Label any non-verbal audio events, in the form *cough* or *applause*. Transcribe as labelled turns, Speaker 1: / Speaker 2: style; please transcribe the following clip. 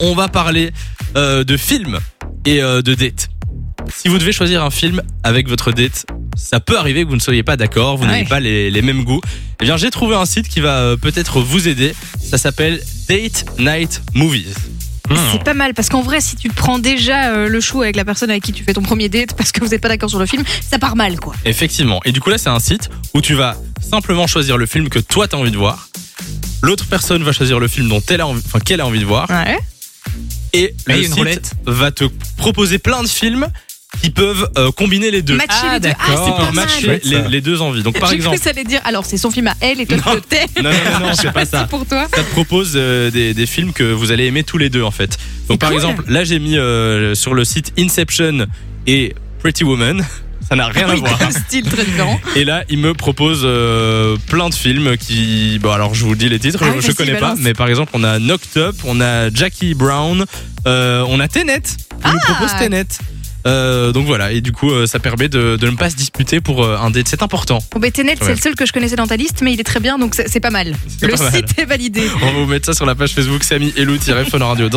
Speaker 1: on va parler euh, de films et euh, de dates. Si vous devez choisir un film avec votre date, ça peut arriver que vous ne soyez pas d'accord, vous
Speaker 2: Ah
Speaker 1: n'ayez
Speaker 2: ouais.
Speaker 1: pas les, les mêmes goûts. Eh bien, j'ai trouvé un site qui va euh, peut-être vous aider. Ça s'appelle Date Night Movies. Hmm.
Speaker 2: C'est pas mal parce qu'en vrai, si tu prends déjà euh, le chou avec la personne avec qui tu fais ton premier date parce que vous n'êtes pas d'accord sur le film, ça part mal quoi.
Speaker 1: Effectivement. Et du coup, là, c'est un site où tu vas simplement choisir le film que toi, t'as envie de voir. L'autre personne va choisir le film dont elle a envie, enfin, qu'elle a envie de voir.
Speaker 2: *laughs* Ouais.
Speaker 1: Et
Speaker 3: Là,
Speaker 1: le
Speaker 3: il y a une
Speaker 1: site
Speaker 3: roulette.
Speaker 1: va te proposer plein de films qui peuvent euh, combiner les deux.
Speaker 2: Matcher
Speaker 3: Ah,
Speaker 2: les deux. Ah,
Speaker 3: d'accord.
Speaker 2: c'est
Speaker 1: Pour
Speaker 2: pas mal.
Speaker 1: matcher
Speaker 3: Chouette, ça.
Speaker 1: les, les deux envies. Donc, par
Speaker 2: J'ai
Speaker 1: exemple.
Speaker 2: cru que ça allait dire alors c'est son film à elle et toi
Speaker 1: Non.
Speaker 2: tu te tais.
Speaker 1: Non, non, non, non, c'est *laughs* pas ça.
Speaker 2: *laughs* C'est pour toi.
Speaker 1: Ça te propose euh, des, des films que vous allez aimer tous les deux en fait. Donc par
Speaker 2: cool.
Speaker 1: exemple, là j'ai mis euh, sur le site Inception et Pretty Woman. Ça n'a rien à
Speaker 2: Ah Oui,
Speaker 1: voir.
Speaker 2: deux styles très différents.
Speaker 1: Et là, il me propose euh, plein de films qui. Bon, alors je vous dis les titres,
Speaker 2: Ah
Speaker 1: je,
Speaker 2: oui,
Speaker 1: je
Speaker 2: vas-y,
Speaker 1: connais
Speaker 2: balance.
Speaker 1: pas, mais par exemple, on a Knocked Up, on a Jackie Brown, euh, on a Tenet. Il nous
Speaker 2: Ah
Speaker 1: propose Tenet. Euh, donc voilà, et du coup, euh, ça permet de, de ne pas se disputer pour euh, un date. C'est important.
Speaker 2: Bon, ben, Tenet, c'est
Speaker 1: Ouais.
Speaker 2: le seul que je connaissais dans ta liste, mais il est très bien donc c'est c'est pas mal.
Speaker 1: C'est
Speaker 2: Le
Speaker 1: pas mal. *laughs*
Speaker 2: site est validé.
Speaker 1: On va vous mettre ça sur la page Facebook Samy Elou-Fun Radio.